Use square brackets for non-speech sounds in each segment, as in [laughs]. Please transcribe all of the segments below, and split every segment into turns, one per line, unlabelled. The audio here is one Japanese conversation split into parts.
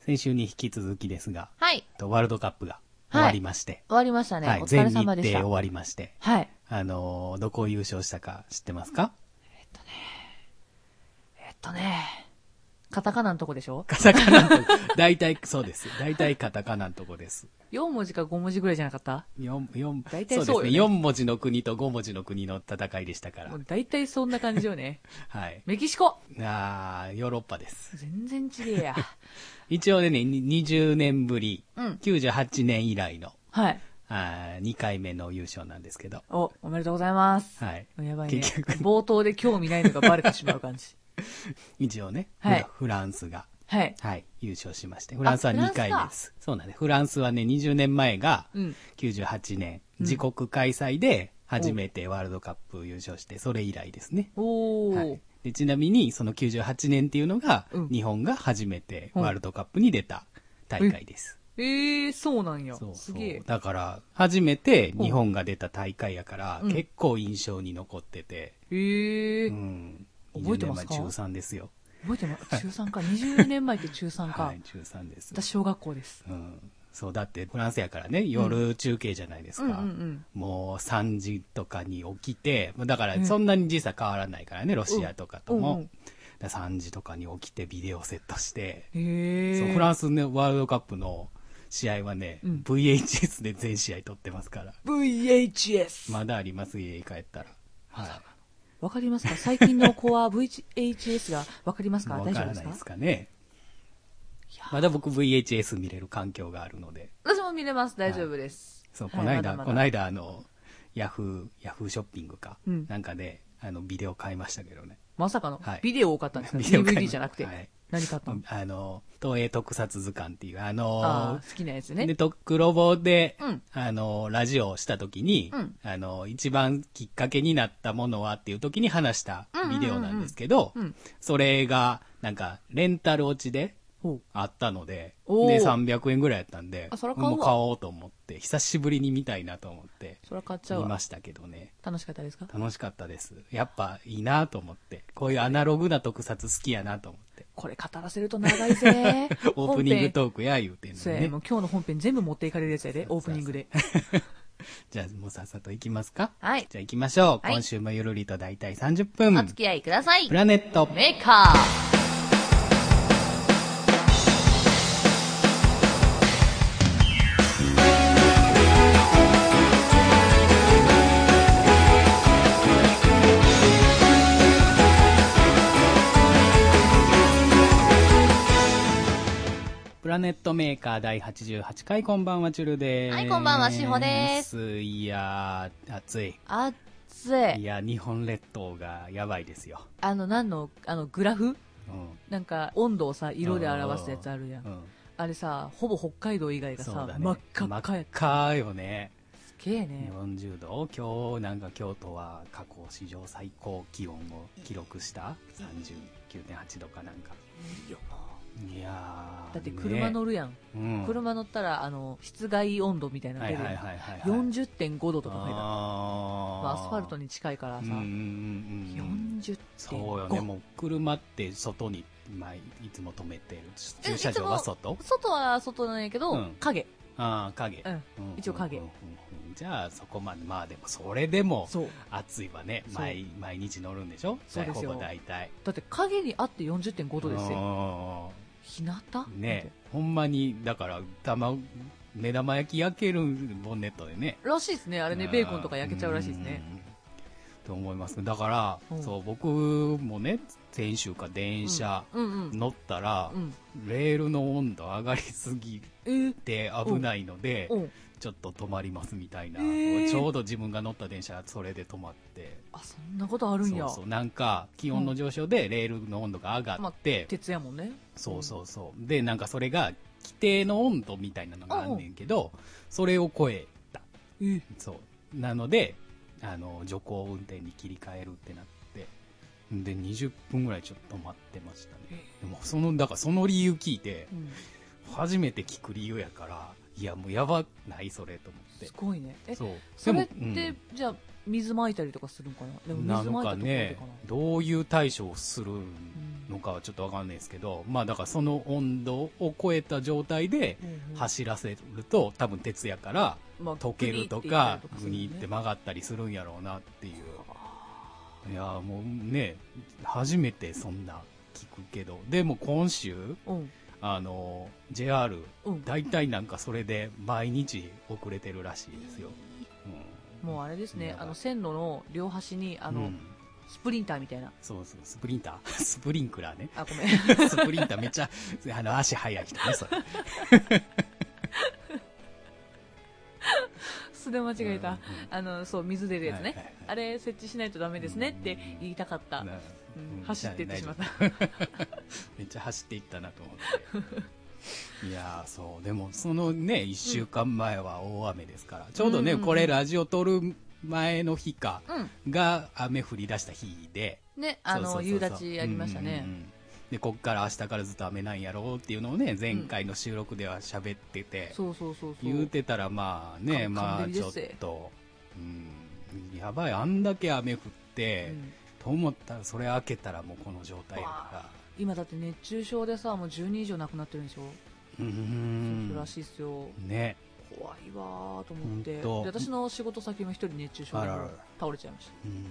先週に引き続きですが、
はい。
とワールドカップが終わりまして、
終わりましたね。
はい、
お疲
全
れ
日
様
程
でし
終
た。
わりまして、
はい。
あのーどこ優勝したか知ってますか [laughs]
えっとね、カタカナのとこでしょ
カタカナのとこ。大体、そうです。大体カタカナのとこです。
?4 文字か5文字ぐらいじゃなかった
四四
大体
そう
そうよね
ですね。4文字の国と5文字の国の戦いでしたから
も。う大体そんな感じ
[laughs]
よね。
はい。
メキシコ
あーヨーロッパです。
全然ちげえ
[laughs]
や。
一応ね、に20年ぶり、
うん
98年以来の、
はい。
あ2回目の優勝なんですけど。
お、おめでとうございます。
はい。
やばいね。
結局
冒頭で興味ないのがバレてしまう
[laughs]
感じ。
一応ね、
はい
フランスが、
はい。
はい、優勝しまして、フランスは
フラン
2
スか
回目です。そうなんです。フランスはね、20年前が
うん、
98年、
うん
自国開催で初めてワールドカップ優勝して、それ以来ですね。
おー。
はい、でちなみに、その98年っていうのが、
うん
日本が初めてワールドカップに出た大会です。
えー、そうなんや。
そうそ
す
う
げえ。
だから、初めて日本が出た大会やから、
うん
結構印象に残ってて、
えー、
うん。
覚えてますか
20年前13ですよ。
覚えてます中3か。20年前って中3か。
はい、13です。
私、小学校です。
うん、そうだってフランスやからね夜中継じゃないです
うんうん
か、
うん。
もう3時とかに起きてまあだか
う
ら
ん
そんなに時差変わらないからねロシアとかと
うんう
も
ん、
だから3時とかに起きてビデオセットして、
えー。
そうフランスのワールドカップの試合はね、
うん
VHS で全試合撮ってますから
VHS。
まだあります家に帰ったら、は
わかりますか最近の子は VHS がわかります
い、
か
もう
大
分
丈
か
夫
ら
です
ない
か
ですかね
いや
まだ僕 VHS 見れる環境があるので
私も見れます。大丈夫です。
そう、
はい
こないだ、
まだまだ
こないだ、あの、ヤフー、ヤフーショッピングか、
うん
なんかで、あの、ビデオ買いましたけど
[laughs]
ね。
まさかの
はい、
ビデオを買ったんですか、
ビデオ買いま
?DVD じゃなくて。
はい
何買ったの、
あの、東映特撮図鑑っていう、あ
あ
の
ー、好きなやつ
で、
ね。
とクロボで、
うん
あの、ラジオをした時に、
うん
あの、一番きっかけになったものはっていう時に話した
うんうんうんうん
ビデオなんですけど、
うん
それが、なんか、レンタル落ちで
ほう
あったので、
おー
で、300円ぐらいやったんで
あそ、ら買うわ
もう買おうと思って、久しぶりに見たいなと思って、
それは買っちゃう
見
わ
ま。したけどね。
楽しかったですか
楽しかったです。やっぱいいなと思って。こういうアナログな特撮好きやなと思
[laughs]
って。。
これ語らせると長いぜ
[laughs] オープニング
本編。
トークや言うてん
そう
の
や
に
も
ね
う。今日の本編全部持っていかれるやつやで、
そう
オー
そ
プ
うそう
ニングで。
[laughs] じゃあもうさっさと行きますか。
はい。
じゃあ行きましょう。
はい
今週もゆるりと大体30分。
お付き合いください
プ。ラネット。
メーカー
プラネットメーカー第88回こんばんはちゅるです。
はいこんばんはしほです。
いやー、暑い。
熱
い
い。
や、日本列島がやばいですよ。
あの、何の、あの、グラフ
うん。
なんか、温度をさ、色で表すやつあるやん
う。ん。
あれさ、ほぼ北海道以外が
そ
さ、
うだね。
真っ赤っか
真
や
っ。赤よね。
すげえね。
40度今日なんか京都は過去史上最高気温を記録した39.8度かなんかいやー
だって車乗
ね
るやん。
うん
車乗ったら、あの、室外温度みたいなの
は
出
い
る
はい
やん。
はいはい
40.5度とか書いてある。ま
あ
あアスファルト
に
に近いからさ、40.5
そうよねもう車って外に、まあ、いつも止めてる
え
駐車場は外
外は外なんやけど、
うん
影。
ああ影、
うん。
うん
一応影
うんうんうんじゃあそこまでまあでもそれでも
そう。
暑いわね
そう
毎毎日乗るんでしょ
そうですよ
ほぼ大体
だって影にあって40.5度ですよ。
よ
日向
ねほんまにだから玉目玉焼き焼けるボンネットでね
らしいですね。あ
あ
れね、ベーコンとか焼けちゃうらしいですね。
と思いますだから、
うん
そう僕もね先週か電車
うんうん。
乗ったら
う、ん。
レールの温度上がりすぎ
えー、
て危ないので、
うん。
ちょっと止まりますみたいな、
えー
ちょうど自分が乗った電車それで止まって
あ、そんなことあるんや。
そうそうなんか気温の上昇でレールの温度が上が
まあ
って、
鉄やもんね。
そうそうそう。で、なんかそれが、規定の温度みたいなのがあんねんけど、それを超えた。
えー
そう。なので、あの、徐行運転に切り替えるってなって、で、20分ぐらいちょっと待ってましたね。でも、その、だからその理由聞いて
う、ん。
初めて聞く理由やから、いや、もうやばない、それ、と思って
す。ごいね。え、
そう。
それっ
でもうん
て、じゃあ、水まいたりとかするんかなでも
な
水
の
まいた
か
とこって
ね
かな。、
どういう対処をするんのかはちょっとわかんないですけど、まあだからその温度を超えた状態で走らせると、多分鉄やから
まあ
溶けるとか、グニって曲がったりするんやろうなっていう。いやーもうね、初めてそんな聞くけど、でも今週、
うん
あの、JR、
うん
大体なんかそれで毎日遅れてるらしいですよ。うん
もうあれですね
やばい
あの線路の両端にあの、
うん
スプリンターみたいな
そうそう、スプリンター [laughs] スプリンクラーね。
あご
[laughs]
めん
スプリンターめっちゃ、あの、足速い人ね、それ。
素で間違えた、
うん
あのそう水出るやつね、
はいはいはい
あれ設置しないとダメですねって言いたかった、
な
[laughs] うん
うん
走っていってしまった
めっちゃ走っていったなと思
[laughs]
って。いやーそう、でもそのね、1週間前は大雨ですから、ちょうどね、
うんうんうん
これラジオ撮る前の日か、
うん
が雨降り出した日で、
ねあ
そうそうそ
の
うそう
夕立ありましたね
うんうんうんで、こっから明日からずっと雨なんやろうっていうのをね、前回の収録では喋ってて、
そうそうそうそう
言うてたらまあね、
か
ま
完
あ
全
ちょ
で
っ
すぜ
と、うん、やばい、あんだけ雨降って、
うん
と思ったらそれ開けたらもうこの状態やから。
今だって熱中症でさもう10人以上亡くなってるんでしょ、
うーん
そうらしいっすよ
ね。
怖いわーと思って
ほ
で
んと
私の仕事先の一人熱中症で
あららら
倒れちゃいました
うん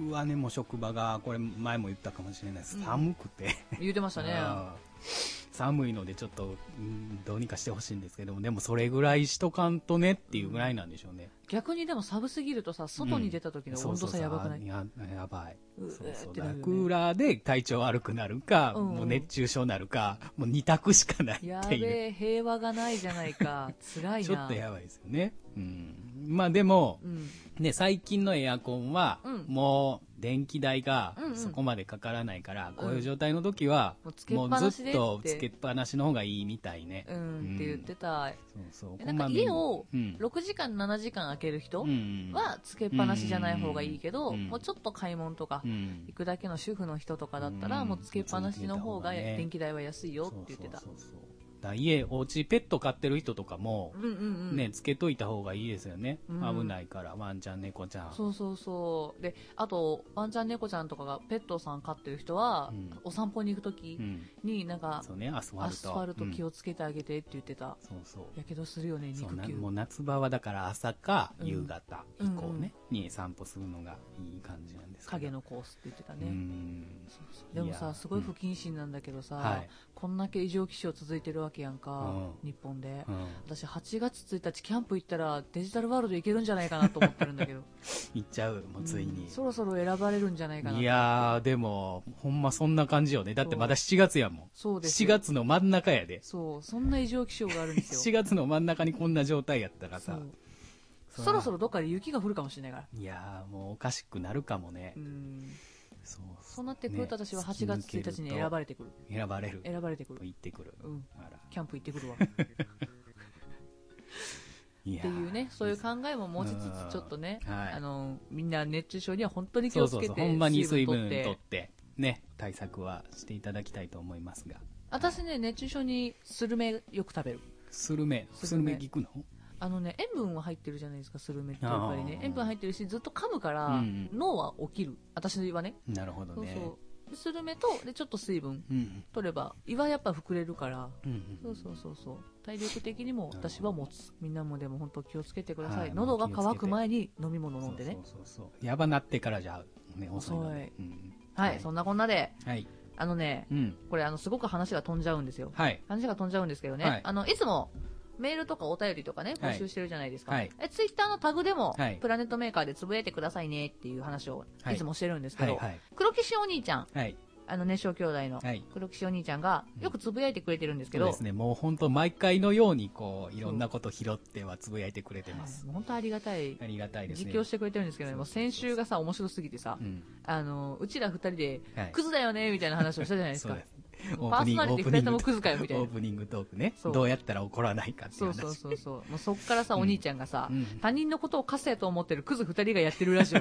僕はね、もう職場が、これ前も言ったかもしれないです。
うん
寒くて。
言うてまし
[laughs]
たね
あー寒いのでちょっと、うんどうにかしてほしいんですけども、でもそれぐらいしとかんとねっていうぐらいなんでしょうね。
逆にでも寒すぎるとさ外に出た時の
そう
温
そう
度差
そう
やばくない、
あややばい。
う
そう
えー
そ
っ
う。
て
だから
なるよね
クーラーで体調悪くなるか、
うん
もう熱中症なるか、もう二択しかない
や
っていう。
べえ平和がないじゃないか辛い
[laughs]
な
ちょっとやばいですよね。うん。まあでも、
うん
ね、最近のエアコンは、
うん
もう電気代が
うんうん
そこまでかからないから、こういう状態の時は、
もうつけっぱなしでって
もうずっとつけっぱなしの方がいいみたいね。
うんって言ってた、
そうそう。
なんか
こまめに
家を
うん
6時間7時間開ける人
うん
はつけっぱなしじゃない方がいいけど、
うん
もうちょっと買い物とか
うん
行くだけの主婦の人とかだった
う
ら
ん
もうつけっぱなしの方が
つけてた方がね
電気代は安いよって言ってた
そうそうそうそうだから家、お家ペット飼ってる人とかも
う、んうんうん
ね、つけといた方がいいですよね。
うん
危ないから、ワンちゃん、猫ちゃん。
そうそうそうであとワンちゃん猫ちゃんとかがペットさん飼ってる人は、
うん
お散歩に行く時
うん。
になんか、
そうね、アスファル
ア
ト。
スファルト気
を、
をつけてあげてって言ってた、
そうそう。
やけどするよね
そう
肉
な
球
もう夏場はだから朝か
うん
夕方以降ね、に散歩するのがいい感じなんですけど
影のコースって言ってた
う
ね、
ん
そうそうでも
いや
さすごい不謹慎なんだけどさ、
はい
こんだけ異常気象続いてるわけやんか、
う
日本で、
うん
私8月1日キャンプ行ったらデジタルワールド行けるんじゃないかなと思ってるんだけど
行っちゃうもうついに
うん、そろそろ選ばれるんじゃないかない
やーでもほんまそんな感じよねだってまだ7月やもん
そうです
7
よ
月の真ん中やで
そうそんな異常気象があるんです
7
よ
月の真ん中にこんな状態やったら
そ
さ
う
う
そろそろどっかで雪が降るかもしれないから
いやーもうおかしくなるかもね、
うん
そう
そうなってくると
ね
私は8月
突き抜ける
1
と
日に選ばれてくる
選ばれる
選ばれてく
と
る
言ってくる、
うん
あら
キャンプ行ってくる
[laughs]
わ
い
っていうね、そういう考えも持ちつ
うん
つ、ちょっとね、
はい
あの、みんな熱中症には本当に気
そ
を
う
つ
そう
け
そう
て、
ほんまに水
水
分
分
取
取
っ
って。
てね対策はしていただきたいと思いますが
私ね、熱中症にスルメよく食べる。
スルメス
ス
ル
ル
メ
メ
聞くの
あのね、塩分は入ってるじゃないですか、スルメってやっぱりね
あ。ー
塩分入ってるし、ずっと噛むから、
うん
脳は起きる。私はね。
なるほど
そう
ね
そう。でスルメと、で、ちょっと水分
うん
取れば、胃はやっぱ膨れるから、
うん
そうそうそうそう。体力的に
な
も
るほど
私は持つ。みんなもでも本当気をつけてくださ。
はいい
喉が
もう気をつけて
渇く前に飲み物
そ
飲
うん
でね。
そうそうそうやばなってからじゃね遅いの
遅
で
い
うん
はい、そんなこんなで、
はい
あのね、
うん
これあのすごく話が飛んじゃうんですよ
はい
話が飛んじゃうんですけどね、
はい
い、あのいつもメールとかお便りとかね
はい
募集してるじゃないですか、
はい
えツイッターのタグでも、
はい
プラネットメーカーでつぶやいてくださいねっていう話を
はい
いつもしてるんですけ
は
ど、
いはい
黒騎士お兄ちゃん
はい
あの熱唱兄弟の
はい
黒騎士お兄ちゃんがよくつぶやいてくれてるんですけ
そう
ど、
ですねもう本当毎回のようにこういろんなこと拾ってはつぶやいてくれて
はい
ます
もう本当ありがたい
ありがたいですね
実況してくれてるんですけど、ね、
そう
もう
そうそう
先週がさ面白すぎてさ、
うん
あのうちら二人で
はい
クズだよねみたいな話をしたじゃないです
そう
か
です
パーソナリティ二人ともクズかよみたい
オ
な
ープニングトークね
そう
どうやったら怒らないかってい
そうう
話
そうそうそうもうそっからさ
うん
お兄ちゃんがさ、
うん
他人のことをカスやと思ってるクズ二人がやってる
[laughs]
ラジオ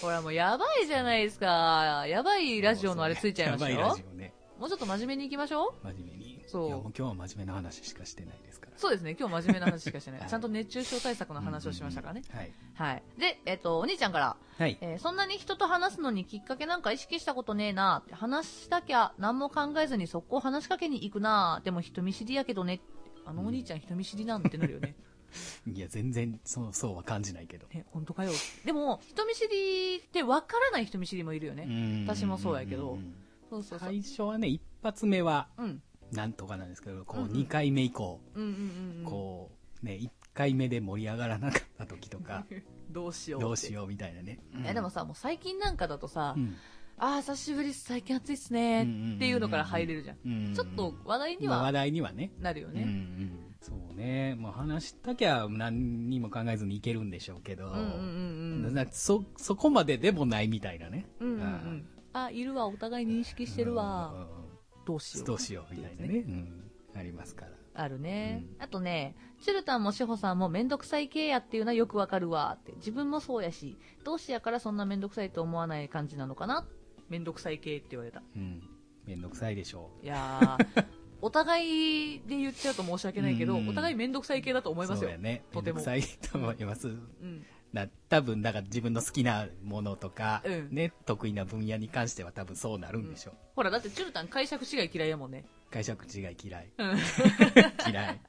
ほらもうやばいじゃないですかやばいラジオのあれついちゃいました
やばいラ
よ
ジオね
もうちょっと真面目にいきましょう
真面目にいやも
そうう。
今日は真面目な話しかしてないですから。
そうですね。今日真面目な話しかして
[laughs]
な
はい
い。ちゃんと熱中症対策の話をしましたからね。
うんうんうん。
はい。で、えっと、お兄ちゃんから、
はい。はい。
えーそんなに人と話すのにきっかけなんか意識したことねえなって話したきゃ何も考えずに速攻話しかけに行くなでも人見知りやけどねあのお兄ちゃん人見知りなんてなるよね
いや、全然、そう、そうは感じないけど。
ね本当かよでも人見知りってわからない人見知りもいるよね、私
私
もそうやけどそうそうそう、
最初はね、一発目は、
うん
なんとかなんですけど、こ
う
うん
うん
2回目以降、
うんうんうん
こう、ね、1回目で盛り上がらなかった時とか、
[laughs] どうしよう
どうし
よ
ようみたいなね。
いやでもさもう最近なんかだとさ、
うん、
ああ久しぶり最近暑いっすねっていうのから入れるじゃん,、
うん
ちょっと話題に
まあ話
は
題にはね。
なるよ
うんう
ね、
んそうね。もう話したきゃ何にも考えずにいけるんでしょうけど、
うん、うんうんうん
なそ、そこまででもないみたいなね。
うんうんうん、あいるわお互い認識してる
うんう
わ
んうん
どうしよ
ど
う
うしようみたいなね。うんありますから。
あるね、
う
あとねチュルタンも志保さんも面倒くさい系やっていうのはよくわかるわって自分もそうやしどうしやからそんな面倒くさいと思わない感じなのかな面倒くさい系って言われた
うん。めんどくさいでしょう。
いやー [laughs] お互いで言っちゃうと申し訳ないけど、
うん
お互い面倒くさい系だと思います
そうだ
よ
よね。め
と
ん
て
どく
も
さいと思います。
うん、
な多分、だから自分の好きなものとか、
うん
ね、得意な分野に関しては多分そうなるんでしょう。
ほらだってチュルタン解釈違い嫌いやもんね
解釈違い嫌い。
うん
[laughs] 嫌い。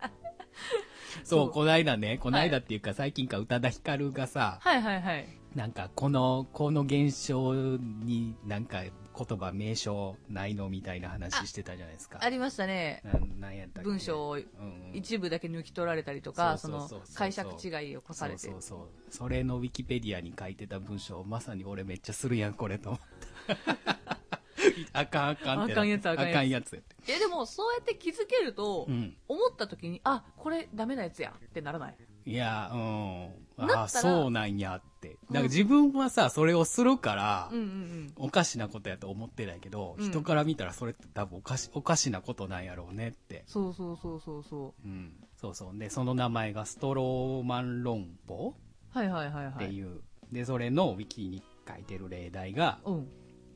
そう、
そう
こないだね、こないだっていうか、最近か宇多田ヒカルがさ、
はいはいはい
なんかこの、この現象になんか言葉、名称ないのみたいな話してたじゃないですか。
ありましたね
ななんやったっけ
文章を
うんうん
一部だけ抜き取られたりとか
そ
そう
そう
の
そうそう
解釈違いをこされて
そうそうそうそれのウィキペディアに書いてた文章まさに俺めっちゃするやんこれと思った
[laughs]
あかんあかんってな
あかんやつあかんやつ
あかんやつやって
いやでもそうやって気づけると、
うん
思った時にあこれダメなやつやってならない
いやうん
なった
あ
ら
そうなんやってだから
うん
自分はさそれをするから、
うんうんうん
おかしなことやと思ってないけど、
うん
人から見たらそれって多分おかしおかしなことなんやろうねって、
そうそうそうそうそ
うん、そうそうでその名前がストローマン論法
うはいはいはいは
っ
い
ていう、でそれのウィキに書いてる例題が
うん、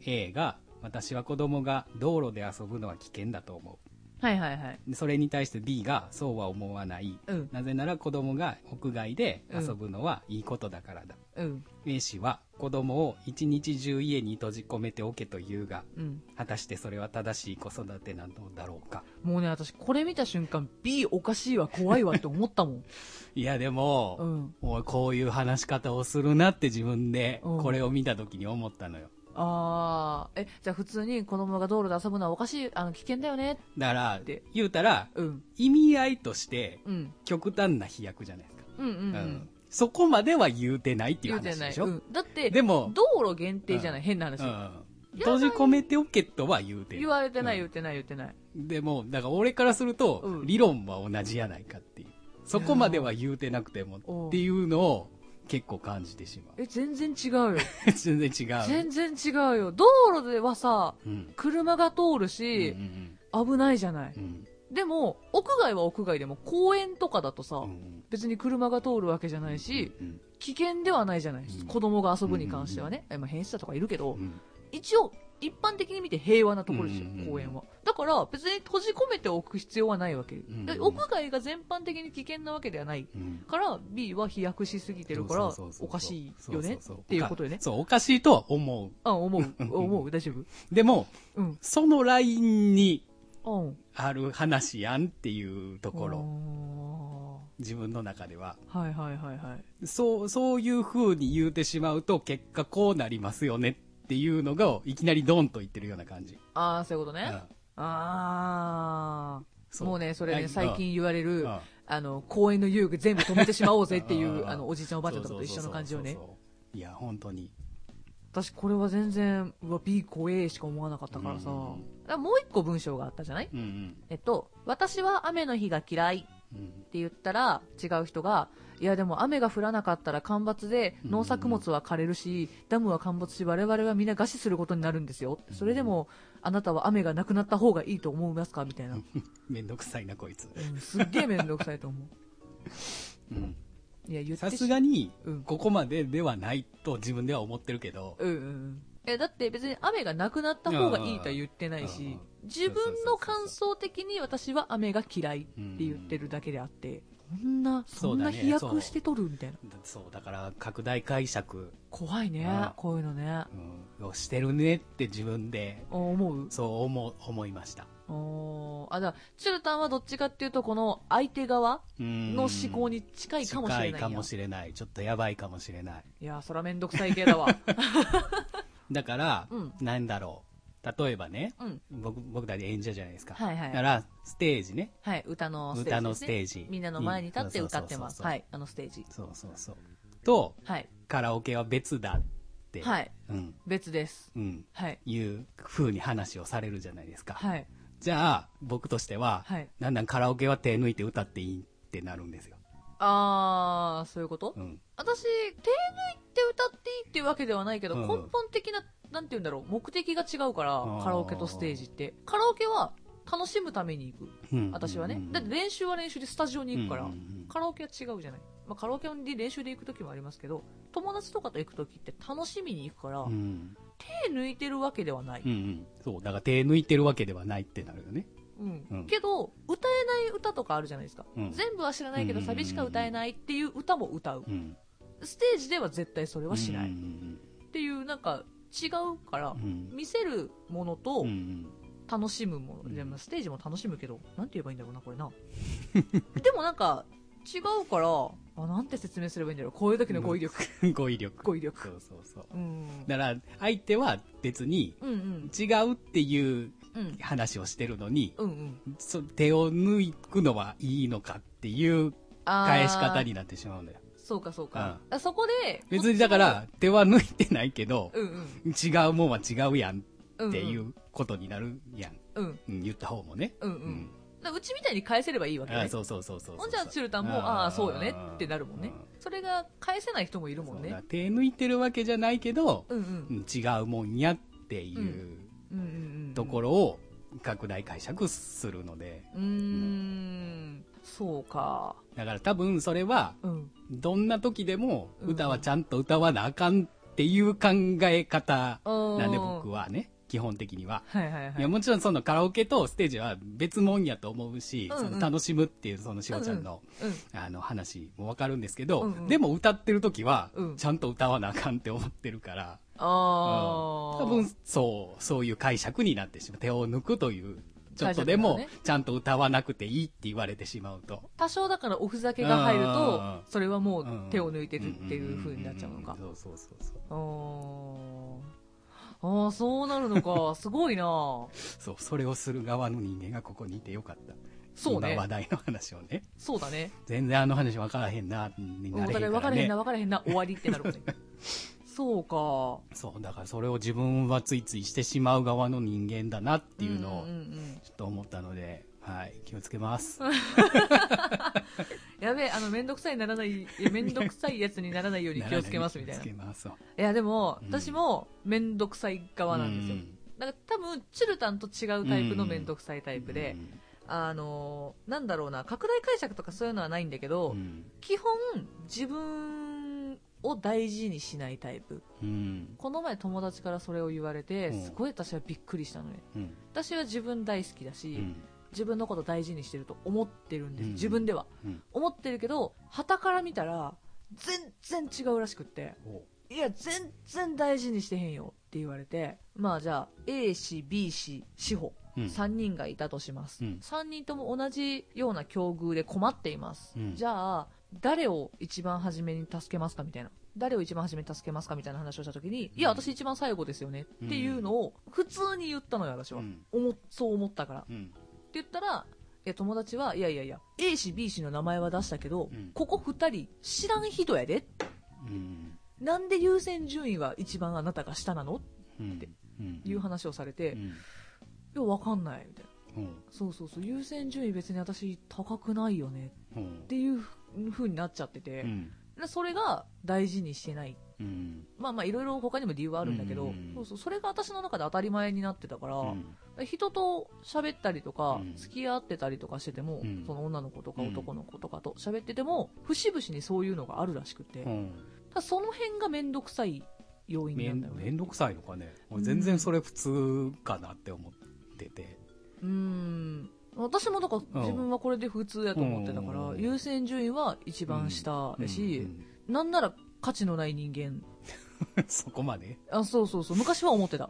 A が私は子供が道路で遊ぶのは危険だと思
はいはいはいう
でそれに対して B がそうは思わない
うん
なぜなら子供が屋外で遊ぶのはいいことだからだ、
うん
A 氏は子供を一日中家に閉じ込めておけと言うが
うん
果たしてそれは正しい子育てなのだろうか
もうね私これ見た瞬間 B おかしいわ怖いわって思ったも
[laughs]
ん
いやでも、
うん
もうこういう話し方をするなって自分で
うん
これを見た時に思ったのよ
ああえじゃあ普通に子供が道路で遊ぶのはおかしいあの危険だよね
だから
で
言うたら
うん
意味合いとして
うん
極端な飛躍じゃないですか
うんうんうん、
うんそこまでは言うてないっていう
言うて
話
な
で
い、
しょ、
うん、だって
でも、
道路限定じゃない、
うん
変な話、
うん閉じ込めておけとは言うて
言われてな
う
い
ん
言ってない言ってない、
でも、だから俺からすると、
うん
理論は同じやないかっていう。そこまでは言うてなくてもっていうのを結構感じてしまう。
え全然違うよ
全然違う。
全然違うよ道路ではさ
うん。
車が通る
うんう
し、
ん
危ないじゃない、
うんうん
でも屋外は屋外でも公園とかだとさ、
うん
別に車が通るわけじゃないし、
うん
危険ではないじゃない、
うん
子供が遊ぶに関してはね、えまあ、変質者とかいるけど、
うん
一応一般的に見て平和なところですよ、
うんうんうん
公園はだから別に閉じ込めておく必要はないわけ、
んうん
で屋外が全般的に危険なわけではない
うん
から B は飛躍しすぎてるから
そうそうそうそう
おかしいよね
そそそ
っていうことよね
そう、おかしいとは思う。
あ思
[laughs]
う思う大丈夫
でも、
うん
そのラインに
うん
ある話やんっていうところ、
ろ
自分の中では。
はいはいはいはい
そう、そういう風に言うてしまうと、結果こうなりますよねっていうのが、いきなりドンと言ってるような感じ。
ああそういうこと
う
ね、
ん
ああ
そう
もうねそれ
う
ね
ん
最近言われる
うん
あの公園の遊具全部止めてしまおうぜってい
う
うんあのおじいちゃんおばあちゃんとかと一緒の感じをね
そうそうそうそういや、本当に。
私これは全然うわ B 怖えしか思わなかったからさ、
うんうん
だからもう一個文章があったじゃない
うんうん。
えっと私は雨の日が嫌い
うん
って言ったら違う人がいやでも雨が降らなかったら干ばつで
うん
農作物は枯れるし、ダムは陥没し我々は皆餓死することになるんですよそれでもあなたは雨がなくなった方がいいと思いますかみたいな、
めんどくさいな、こいつ。
うんすっげえ面倒くさいと
[laughs]
思
うん
ういや言って
さ
し
すがに
うん、
ここまでではないと自分では思ってるけど、
うんうんえだって別に雨がなくなった方がいいとは言ってな
う
い
んうん
し
うん
自分の感想的に私は雨が嫌いって
うん
言ってるだけであってこんなそ
そうんだ
な
ね
飛躍して撮るみたいな
そうだから拡大解釈、
怖いね
うん
こういうのね
うんをしてるねって自分で
あ思う
そう思う思いました
おーあだからチュルタンはどっちかっていうとこの相手側
の
の思考に近いかもしれないんや
近いかもしれないちょっとやばいかもしれない
いやーそらめんどくさい系
[laughs]
だわ
だから、
うん
なんだろう例えばね
うん
僕僕たち演者じゃないですか、
はいは
だか
い
らステージね
はい歌のステージ、ね、
歌のステージ
みんなの前に立って歌ってます
うんそうそうそう
は
そう
いあのステージ
そうそうそうと
はい
カラオケは別だって、
はい
うん
別です
うん、
はい
いう風に話をされるじゃないですか、
はい
じゃあ僕としては、
はい
なんなんカラオケは手抜いて歌っていいってなるんですよ、
あーそういうこと、
うん、
私手抜いて歌っていいっていうわけではないけど、
うん
根本的ななんて言うんだろう目的が違うから
ー
カラオケとステージってカラオケは楽しむために行く
うん
私はね、
うん
だって練習は練習でスタジオに行くから、
うんうんうん
カラオケは違うじゃない、まあ、カラオケに練習で行く時もありますけど友達とかと行く時って楽しみに行くから、
うん
手抜いてるわけではない
うんう、ん、そうだから手抜いてるわけではないってなるよね
うん
うん
けど歌えない歌とかあるじゃないですか、
うん
全部は知らないけど
うんうんうん
サビしか歌えないっていう歌も歌う、
うん
ステージでは絶対それはしない、
うん
っていうなんか違うから
うんう、ん
見せるものと
うんうん
楽しむもの、
うん
でもステージも楽しむけどなんて言えばいいんだろうなこれな [laughs] でもなんか違うからあなんて説明すればいいんだろうこういう時の語彙力、
うん [laughs] 語彙力
語彙力
そうそうそう
うん、
だから相手は別に
うんうん
違うっていう
うん
話をしてるのに
うんうん
そ手を抜くのはいいのかっていう
あ
[laughs]
ー
返し方になってしまうんだよ
そうかそうか、あそこで
別にだから手は抜いてないけど
うんうん
違うもんは違うやん
うん
っていうことになるやん、
うんうん
うん言った方もね
うんう
うん
だからうちみたいに返せればいいわけ
あ
ね
そうそうそうそうそう
ほんじゃチュルタンもああーそうよねってなるもんね
う
それが返せない人もいるもん
そうだか
ね
ら手抜いてるわけじゃないけど、
うんうん
うん違うもんやっていう、
うんうんうん
ところを拡大解釈するので、
うーんそうか
だから多分それは、
うん
どんな時でも
うん
歌はちゃんと歌わなあかんっていう考え方
な
なんで僕はね、基本的には。
はいはいはい
いやもちろんそのカラオケとステージは別もんやと思うし、
うんうん
その楽しむっていうそのしおちゃんの,、
うん
あの話もわかるんですけど、
うんうん
でも歌ってる時は
うん
ちゃんと歌わなあかんって思ってるから、
ああ、
多分そう、そういう解釈になってしまう。手を抜くという、ちょっとで
解釈
も
がね
ちゃんと歌わなくていいって言われてしまうと。
多少だからおふざけが入る
う
と
ん
それはも
うん
う手を抜いてるっていう風になっちゃうのか
んんんそうそうそう
あーあーそうなるの [laughs] かすごいな
そう。そう、それをする側の人間がここにいてよかった。
そうね
今話題の話をね。
そうだね
全然あの話分からへんな、に
お
なれへんか
互い分かららへん
ね
な。分からへんな終わりってなるもん
[laughs]
ねそうか
そう、だからそれを自分はついついしてしまう側の人間だなっていうのを
んんうん
ちょっと思ったので、はい、気をつけます。
やべえあの面倒くさいならないいや面倒くさいやつにならない
[laughs]
ように気をつけますみたいな
気を
い
つけます。そう
やでも
うん
私も面倒くさい側なんですよ
うん
だから多分チュルタンと違うタイプの面倒くさいタイプで、
うん
あのーなんだろうな拡大解釈とかそういうのはないんだけど、
うん
基本自分を大事にしないタイプ
うん
この前友達からそれを言われて
うん
すごい私はびっくりしたのね
うん
私は自分大好きだし、
うん
自分のこと大事にしてると思ってるんです、
うん
自分では
うん
思ってるけど旗から見たら全然違うらしくって
おう
いや全然大事にしてへんよって言われてまあじゃあ A 氏 B 氏志保
うん
3人がいたとします、
うん
3人とも同じような境遇で困っています、
うん
じゃあ誰を一番初めに助けますかみたいな誰を一番初めに助けますかみたいな話をした時に、いや私一番最後ですよねっていうのを普通に言ったのよ私は、
うん
思っそう思ったからって
うん
言ったらいや友達はいやいやいや A 氏 B 氏の名前は出したけど、
うん
ここ2人知らん人やで
うん
なんで優先順位は一番あなたが下なのっ
うん
て
うん
ていう話をされて、
う
い
ん
やわかんないみたいな
うん
そうそうそう優先順位別に私高くないよね
うん
っていう風になっちゃってて
う、ん
でそれが大事にしてない
うん
まあまあいろいろ他にも理由はあるんだけど、
うん
そうそうそれが私の中で当たり前になってたから、
うん
人と喋ったりとか、
うん
付き合ってたりとかしてても、
うん
その女の子とか
うん
男の子とかと喋ってても節々にそういうのがあるらしくて、
うん
ただその辺が面倒くさい要因
め
なん
ん
だろう
め
ね
んどくさいのかね。俺全然それ普通かなって思ってて。
うん私もだから自分はこれで普通やと思ってたから、
うん
優先順位は一番下やし、
うん
なんなら価値のない人間
うん [laughs] そこまで
あそうそうそう昔は思ってた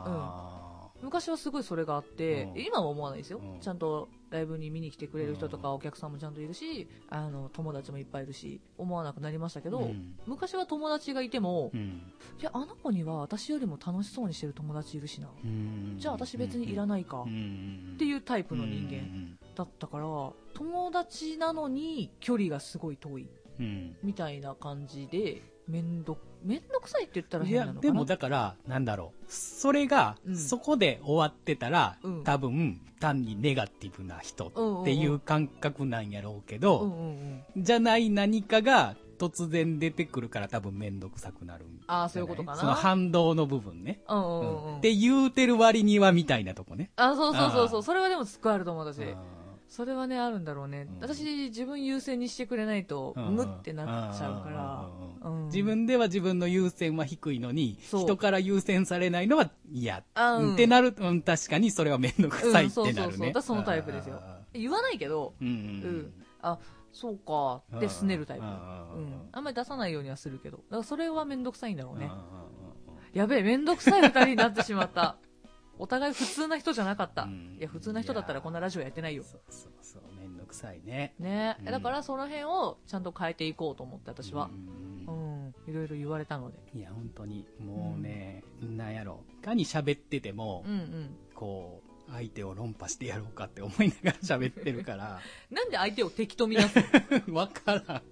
ああ、
昔はすごいそれがあって、
うん
今は思わないですよ、
うん
ちゃんとライブに見に来てくれる人とか
うん
お客さんもちゃんといるしあの友達もいっぱいいるし思わなくなりましたけど、
うん
昔は友達がいても、
うん
いやあの子には私よりも楽しそうにしてる友達いるしな、
うん
じゃあ私別にいら
な
ないか、
い
っていううタイプ
ん
の人間だったから、友達なのに距離がすごい遠い
うんうん
みたいな感じで面倒面倒くさいって言ったら
い
変な
や
のか
で
な
もだからなんだろうそれが
うん
そこで終わってたら、
うん
多分単にネガティブな人
うんうんうん
っていう感覚なんやろうけ
うん
ど、
うんうん
じゃない何かが突然出てくるから多分面倒くさくなるんじゃ
あ
な
あそういうことかな
その反動の部分ね、
うんう
うん
うんうん
って言うてる割にはみたいなとこね、
あそうそうそうそ
あー
うそれはでもすっごいあると思う私
う
それはねあるんだろうね、
うん
私自分優先にしてくれないと
ん
ムってなっちゃうから
うん
うん
自分では自分の優先は低いのに、
そう
人から優先されないのは嫌。
あうん
ってなる、うん、確かにそれは面倒くさいってな
うんそうそう
る
そう
ね。
私そのタイプですよ
あ
言わないけど
ー。うん
あそうか
うん。
ってすねるタイプ
あー
うん、あんまり出さないようにはするけどだからそれは面倒くさいんだろうね
あ
やべえ面倒くさい二人になってしまった [laughs] お互い普通な人じゃなかった、
うん
いや普通な人だったらこんなラジオやってない
ー
よ
そうそうそう、面倒くさいね。
ね、
うん
だからその辺をちゃんと変えていこうと思って私は
う、ん
うん、いろいろ言われたので
いや、本当に、もうね、なんやろ。いかに喋ってても
うん、うん
こう、相手を論破してやろうかって思いながら喋ってる
[laughs]
から。
なんで相手を敵と見なすの
わからん。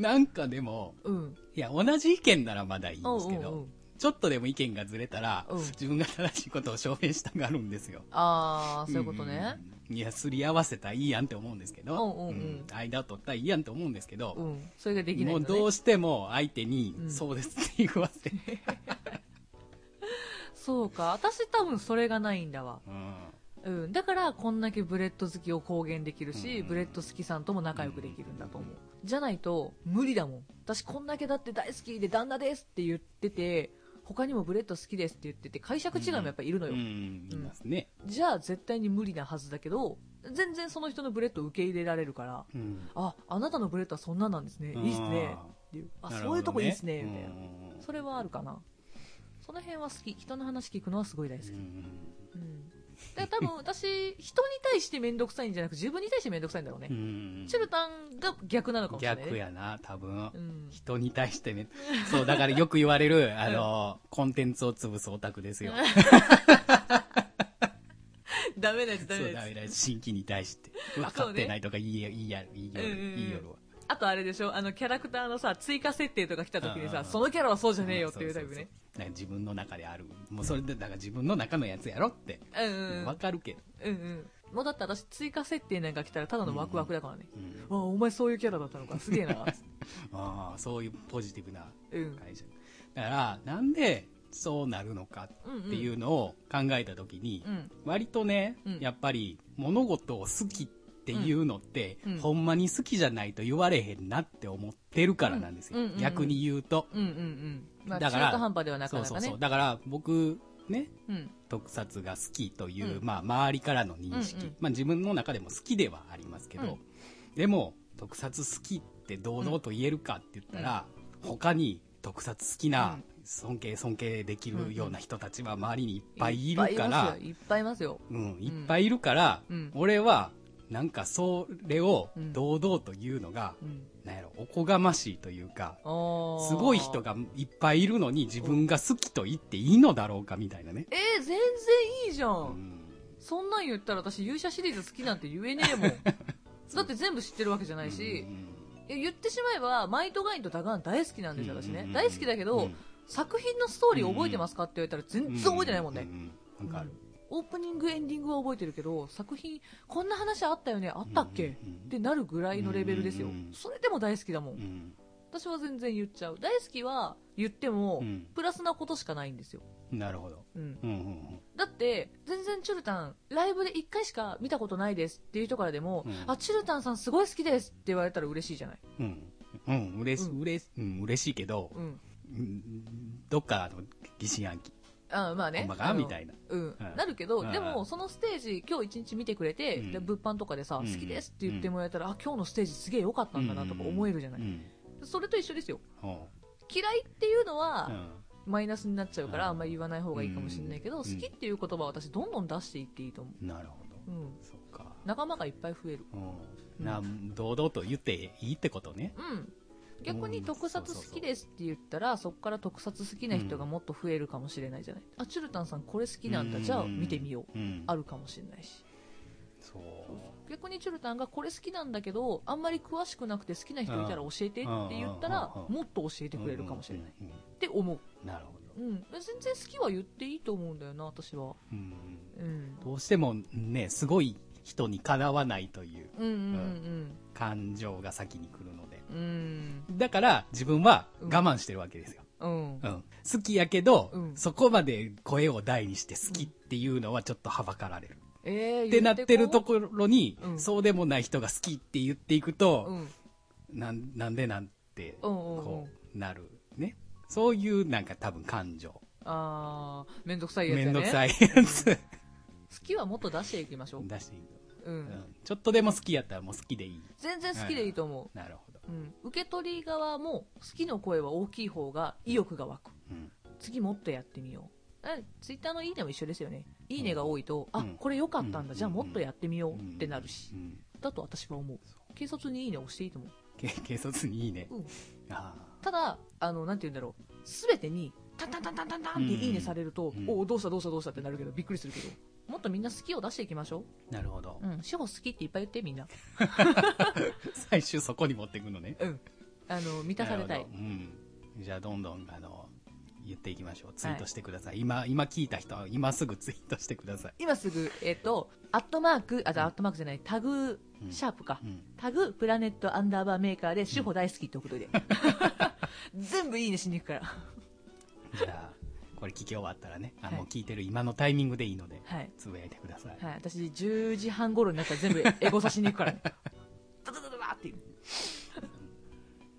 なんかでも、
[laughs] うん。
いや、同じ意見ならまだいいんですけど、
うんうんうん
ちょっとでも意見がずれたら、
うん
自分が正しいことを証明したがるんですよ。
ああ、そういうことね。
うんうんいや、すり合わせたらいいやんって思うんですけど、
うんうんうん
間を取ったらいいやんって思うんですけど、
うん。それができない
も
ん
う
だ、ね。
どうしても相手に、
うん
そうですって言わせて、
そうか。私多分それがないんだわ。
うん
うん。だから、こんだけブレッド好きを公言できるし、
うん
ブレッド好きさんとも仲良くできるんだと思う。じゃないと、無理だもん。私こんだけだって大好きで旦那ですって言ってて、他にもブレッド好きですって言ってて、解釈違いもやっぱいるの
う
よ。
ん、いますね。
じゃあ絶対に無理なはずだけど、全然その人のブレッドを受け入れられるから、
うん
あ、あなたのブレッドはそんななんですね。いいっすね。っていうあ、
なる
そ
ほどね
ういうとこいいっすね。みたいな。
うん
それはあるかなその辺は好き人の話聞くのはすごい大好き、
う
うん
ん
だから多分私人に対して面倒くさいんじゃなく自分に対して面倒くさいんだろうね、
うん
チュルタンが逆なのかもしれないね、
逆やな、多分。
うん、
人に対してね。そう、だからよく言われる、あの、コンテンツを潰すオタクですよ。
[laughs] ダメなやつダ
そ
メ
う
な
だ
やつ
めだ、新規に対
[laughs]
して。分かってないとか言いや、言いや、言いや、
うんうんうん
言いよるわ。
あとあれでしょあのキャラクターのさ追加設定とか来た時に
あ
さ
ー
そのキャラはそうじゃねえよっていうタイプ
そ
ね
そそう。なんか自分の中である。もうそれで、だから自分の中のやつやろって。
うんうんうん
わかるけど。
うんもうだって私追加設定なんか来たらただのワクワクだからね、
うん
わあお前そういうキャラだったのかすげ
[laughs]
えな
ああ、そういうポジティブな
うん
会社。だから、なんでそうなるのか
うんうん
っていうのを考えたときに
う、ん
割とね、
うん
やっぱり物事を好きっていうのって、
うんうん
ほんまに好きじゃないと言われへんなって思ってるからなんですよ、
うんうんうんうん
逆に言うと、
うんうんうんまあ
だ
中途
から
半端ではなかなか
そ
ね
うそうそうだから僕ね
うん
特撮が好きという、
うん
まあ、周りからの認識、
うんうん
まあ、自分の中でも好きではありますけど、
うん
でも特撮好きって堂々と言えるかって言ったら、他に特撮好きな、尊敬尊敬できるような人たちは周りにいっぱいいるから、
いっぱいいますよ。
うん、いっぱいいるから、
うん
俺は、なんかそれを
うん
堂々と言うのが、
いっぱいいますよ
なんやろ、おこがましいというか、
うんあー
すごい人。がいっぱいいるのに自分が好きと言っていいのだろうかみたいなね。
えー、全然いいじゃ。
うんん、
そんなん言ったら私勇者シリーズ好きなんて言えね
[laughs]
えもん。だって全部知ってるわけじゃないし
う、ん
いや言ってしまえば、マイトガインとダガン大好きなんですよ、私
う
ね
ん。
大好きだけど、
うん
作品のストーリー覚えてますかって言われたら全然覚えてないもん
う
ね。
んうんなんかある。
オープニング、エンディングは覚えてるけど、作品、こんな話あったよね、あったっけ
うんうんうん
ってなるぐらいのレベルですよ
うんうんう。ん
それでも大好きだもん
う。ん
私は全然言っちゃう。大好きは言っても、
うん
プラスなことしかないんですよ。
なるほど。
うん。
うんうん
だって、全然チュルタン、ライブで1回しか見たことないですっていう人からでも、
うん
あ、チュルタンさんすごい好きですって言われたら嬉しいじゃない。
うん。うん、うん、嬉し、
うん
嬉し、うん、嬉しいけど、
う
う
ん。
んどっかあの疑心暗鬼
あまあね。
ほんま
あ
か
の
みたいな
うん
うん
なるけど、
うん
でも、そのステージ、今日一日見てくれて、
うん
で物販とかでさ、
うん
好きですって言ってもらえたら、あ、今日のステージすげえ良かったんだなとか思えるじゃない、
うん
それと一緒ですよ。
ほ
嫌いっていうの
うう
は、
ん
マイナスになっちゃうから、
うん
あんまり言わない方がいいかもしれないけど、
うん
好きっていう言葉は私、どんどん出していっていいと思
なるほど
う。うん。
そうか
仲間がいっぱい増える。
うんな堂々と言っていいってことね
うん。逆に
うん
特撮好きですって言ったら、そこから特撮好きな人がもっと増えるかもしれないじゃない。あ、チュルタンさんこれ好きなんだ。じゃあ見てみよ
う
う。
ん、うん
あるかもしれないし。
そう
逆にチュルタンがこれ好きなんだけどあんまり詳しくなくて好きな人いたら教えてって言ったら
うんうんうんうん
もっと教えてくれるかもしれない
うんうん
って思う、
うんなるほど、
うん、全然好きは言っていいと思うんだよな私は、
うん
うん、
どうしてもねすごい人にかなわないという
うんうん
感情が先に来るので
うんうん
だから自分は我慢してるわけですよ、
うん
うん好きやけど、
うん
そこまで声を大にして好きっていうのはちょっとはばかられる、
えー、
ってなってると
こ
ころに、
うん
そうでもない人が好きって言っていくと、
うん
なんなんでなんて
うんうんうん
こうなるねそういうなんか多分感情
あーめんどくさいやつ
め
やね
んどくさいやつ
好きはもっと出していきましょう、
[laughs] 出していいの、
う、
うんん、ちょっとでも好きやったらもう好きでいい
全然好きでいいと思
なるほど、
う、うん、受け取り側も好きの声は大きい方が意欲が湧く
うん
次もっとやってみようあツイッターの「いいね」も一緒ですよね「いいね」が多いと、あ
うん
これ良かったんだ、
うん
じゃあもっとやってみようってなるし、
うん
だと私は思う軽率に「いいね」を押していいと思う、
け軽率にいいね、
うん、
あ
ただあのなんて言うんだろう全てに「タンタンタンタンタンタン」って「いいね」されると「
うん
おおどうしたどうしたどうした」ってなるけどびっくりするけどもっとみんな好きを出していきましょ
あなるほど、
ううん志保好きっていっぱい言ってみんな
最終そこに持っていくのね
うんあの満たされた
な
い
るほどうん、じゃあどんどんあの言っていきましょうツイートしてください、今今聞いた人は今すぐツ [laughs] イートしてください、
今すぐえっ、とアットマークあじゃあアットマークじゃないタグ
うん
シャープか、
うん
タグ、プラネットアンダーバーメーカーで、主婦大好きってことで。全部いいねしに行くから。
じゃあこれ聞き終わったらねあの、
はい
聞いてる今のタイミングでいいので、
はい。
つぶやいてください、
はい。私、10時半頃になったら全部エゴさしに行くからね。ダダダダダっていう。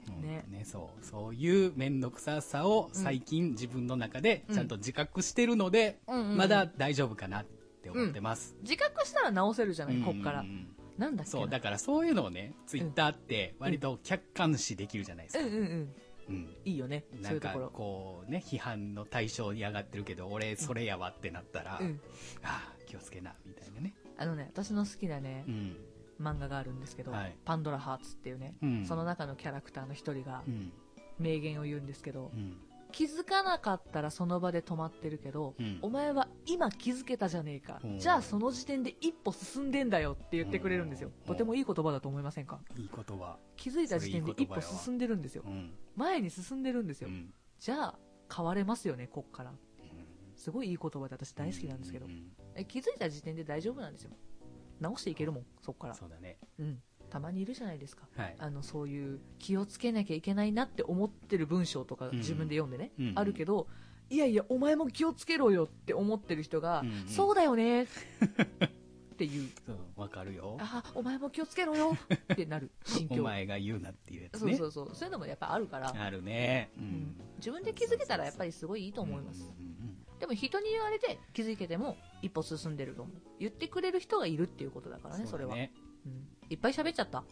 うん
ね
ねそうそういう面倒くささを最近自分の中でちゃんと自覚してるので、
うんうんうん
まだ大丈夫かなって思ってます、
自覚したら直せるじゃない、
うん
こっから
うんう。ん
なんだっけな
そうだからそういうのをねツイッターって割と客観視できるじゃないです
う
か、
んうんうん。
うん、
いいよね。
な
そうい
ん
うと
か
ころ。
こうね批判の対象に上がってるけど俺それやわってなったら、
うん。
ああ気をつけなみたいなね
あのね、私の好きなね
う、ん
漫画があるんですけど
はい、
パンドラハーツっていうね
う、ん
その中のキャラクターの一人が
うん
名言を言うんですけど
う、ん
気づかなかったらその場で止まってるけど、
うん
お前は今気づけたじゃねえか、
うん
じゃあその時点で一歩進んでんだよって言ってくれるんですよ、
うん
とてもいい言葉だと思いませんか
いい言葉
気づいた時点で
それい
一
い言葉
歩
やわ
進んでるんですよ
うん
前に進んでるんです
う
よ、
ん
じゃあ変われますよねこっから
うん
すごいいい言葉で私大好きなんですけど、
う
え気づいた時点で大丈夫なんですよ直していけるもんそっから
そうだね
うんたまにいるじゃないですか
はい
あのそういう気をつけなきゃいけないなって思ってる文章とか
ん
自分で読んでね、
うん
あるけどいやいやお前も気をつけろよって思ってる人が、
うんうん
そうだよねっ
[laughs]
ていう
そうわかるよ
あお前も気をつけろよっ
[laughs]
てなる心
お
境
前が言うなっていうやつ
そう
ね
そうそうそういうのもやっぱあるから、
あるねう
うん自分で気づけたらやっぱりすごいいいと思います、
うんうん
でも人に言われて気づけても一歩進んでると思う言ってくれる人がいるっていうことだから
う
ね
ん
それ
うだ
は、
ね
うん、いっぱい喋っち
[laughs]
ゃった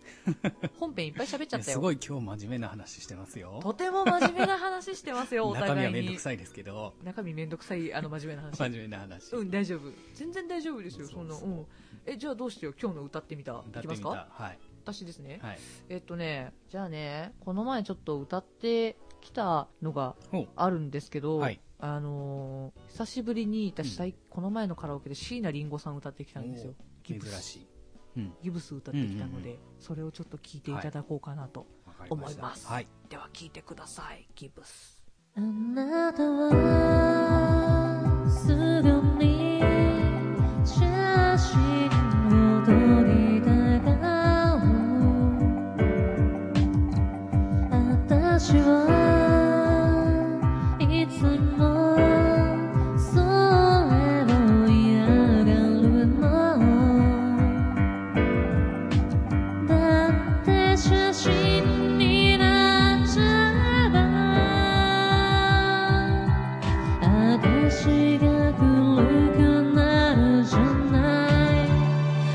本編いっぱい喋っちゃ
いや
った
す
よ
ごい今日真面目な話してますよ
とても真面目な話してます
[laughs]
よ、お
中身
互
はいめんど
に
く。さいですけど
中身めんどくさい、あの、真面目な話。
真面目な話
うん、大丈夫。全然大丈夫ですよ、そ
そ
ん
う
な。
そう
うん。え、じゃあどうしてよ、今日の歌ってみた。
歌
い
って
きま
み
す
た
か
はい
私ですね。
はい
えっとね、じゃあね、この前ちょっと歌ってきたのが
ほう
あるんですけど、
はい
あのー久しぶりに、私、最この前のカラオケで椎名林檎さん歌ってきたんですよ。ギ
珍
ブス
しいうん
ギブス歌ってきたので、
うん
それをちょっと聞いていただこうかなと。
わかりました
思います
はい
では聞いてください、ギブス。
あなたはすぐに写真を撮りたがる私はいつもそれを嫌がるのだって写真になっちゃえば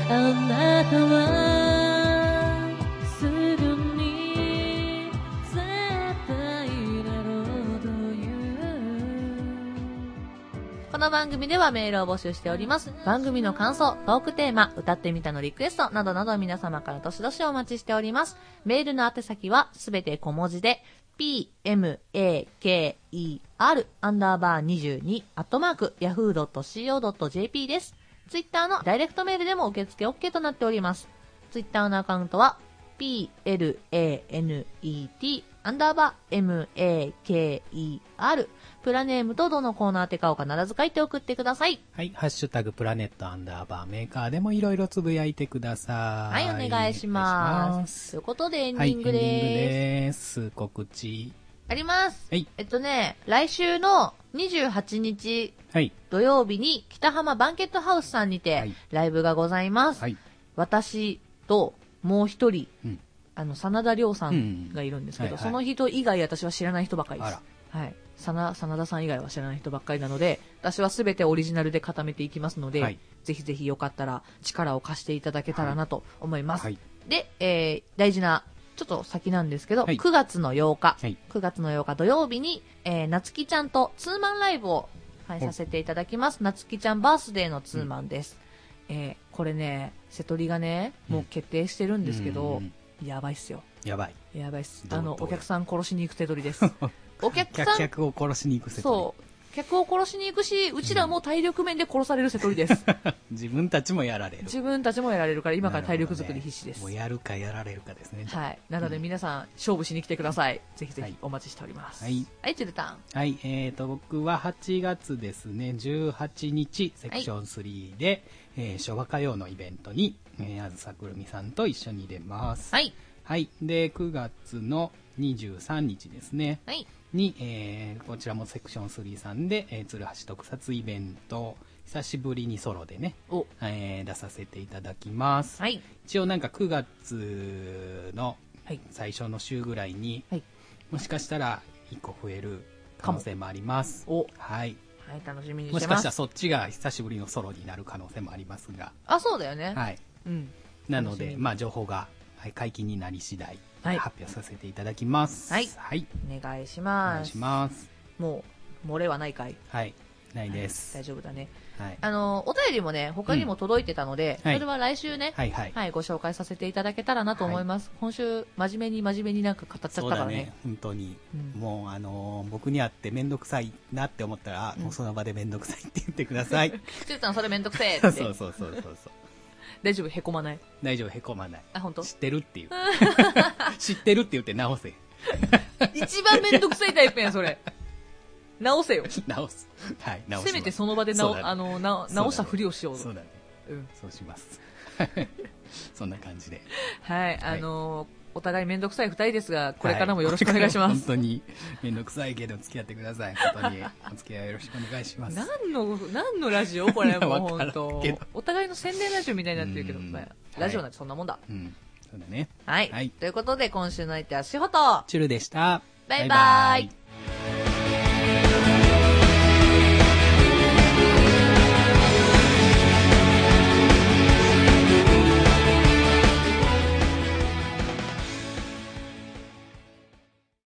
なたはすぐに絶対だろうという
この番組ではメールを募集しております。番組の感想、トークテーマ、歌ってみたのリクエストなどなど皆様からどしどしお待ちしております。メールの宛先はすべて小文字で、p, m, a, k, e, r, アンダーバー22、アットマーク、yahoo.co.jp です。ツイッターのダイレクトメールでも受付 OK となっております。ツイッターのアカウントは、planet アンダーバー maker プラネームとどのコーナーてかを必ず書いて送ってください。
はい、ハッシュタグプラネットアンダーバーメーカーでもいろいろつぶやいてくださ。
はいい、お願いします。
お願いし
ということでエンデ
はい、エ
ィ
ン
ン
ディン
グ
グ
です。
です。告知。
あります。
はい、
えっとね、来週の28日
はい、
土曜日に北浜バンケットハウスさんに
は
て
い
ライブがございます。
はい。
私ともう一人、
うん
あの真田亮さんがいるんですけど、
うんはいはい
その人以外私は知らない人ばかりで
あ
す
ら。
はい、真田真田さん以外は知らない人ばっかりなので私は全てオリジナルで固めていきますので、
はい
ぜひぜひよかったら力を貸していただけたらなと思います、
はい、
で、えー大事なちょっと先なんですけど、
はい
9月の8日、
はい
9月の8日土曜日に、えー、なつきちゃんとツーマンライブを、はい、
お
させていただきます。なつきちゃんバースデーのツーマンです。えーこれね、瀬戸りがね、もう決定してるんです
う
け
んう
ど
んうん、
やばいっすよ。
やばい。
やばいっす。
どう
あの、
どう
お客さん殺しに行く瀬戸りです。 [laughs] お客さ
客
ん、
客を殺しに行くせ
そう、客を殺しに行くし、うちらも体力面で殺される瀬戸りです。
自分たちもやられる。
自分たちもやられるから、今から体力作り必死で
なるほ
す
どね。もうやるかやられるかですね。
はい、なので皆さん、勝負しに来てください。ぜひぜ
は
ひ
い
お待ちしております。
はい、
チルタン。
はい、えー、と、僕は8月ですね、18日、セクション3で、えー昭和歌謡のイベントに、えー、あずさくるみさんと一緒に出ます。
はい、
はい。で、9月の23日ですね、
はい、
に、えーこちらもセクション3さんで、えー、鶴橋特撮イベント、久しぶりにソロでね、
お、
えー出させていただきます。
はい、
一応なんか9月の
はい、
最初の週ぐらいに、
はい、
もしかしたら1個増える可能性もあります。
お、は
はい。
い、楽しみに
も
して
しか
ま
したら
す。
そっちが久しぶりのソロになる可能性もありますが、
あ、そうだよね。
はい。
うん。
なの
楽し
で、
み
まあ情報がはい解禁になり次第、
はい
発表させていただきます。
はい
はい。
お願いし
お
ま
願い
す。
します。
もう、漏れはないかい。
はい。ないです。
大丈夫だね。
はい。
あの、お便りもね、他にも届いてたので、
うんはい
それは来週ね、
はいはい。
はい、ご紹介させていただけたらなと思います。今週、真面目に真面目になんか語っちゃった
そう
から
だ
ね
ね。。本当に。
うん
もう、あのー僕に会ってめんどくさいなって思ったら、
うん
もうその場でめんどくさいって言ってください。
チルタン、それめんどくせえ
そ
っ
う [laughs] そう
て。
そうそうそう。
大丈夫、へこまない。
大丈夫、へこまない。
あ、本当
知ってるって
[laughs]
いう。知ってるって言って直せ。
一番めんどくさいタイプやん、
[laughs]
それ。直せよ。
直す。はい、直します
せめてその場で
そ
直,、
うだね
あのな
そうだね
直したふりをしよう
そうだね。
うん
そうします。 [laughs] そんな感じで。
はい、あのーお互い面倒くさい二人ですがこれからもよろしくお願いしま
は
す、
本当に、めんどくさいけど付き合ってください。本当に、お付き合いよろしくお願いします。
何の何のラジオこれもう
[laughs] わから
本
ん
当
けど
お互いの宣伝ラジオみたいになってるけど、
うん
まあ
はい
ラジオなんてそんなもんだ
うん。そうだね。
はい、
はい
ということで今週の相手はしほと
チュルでした。
バイバイ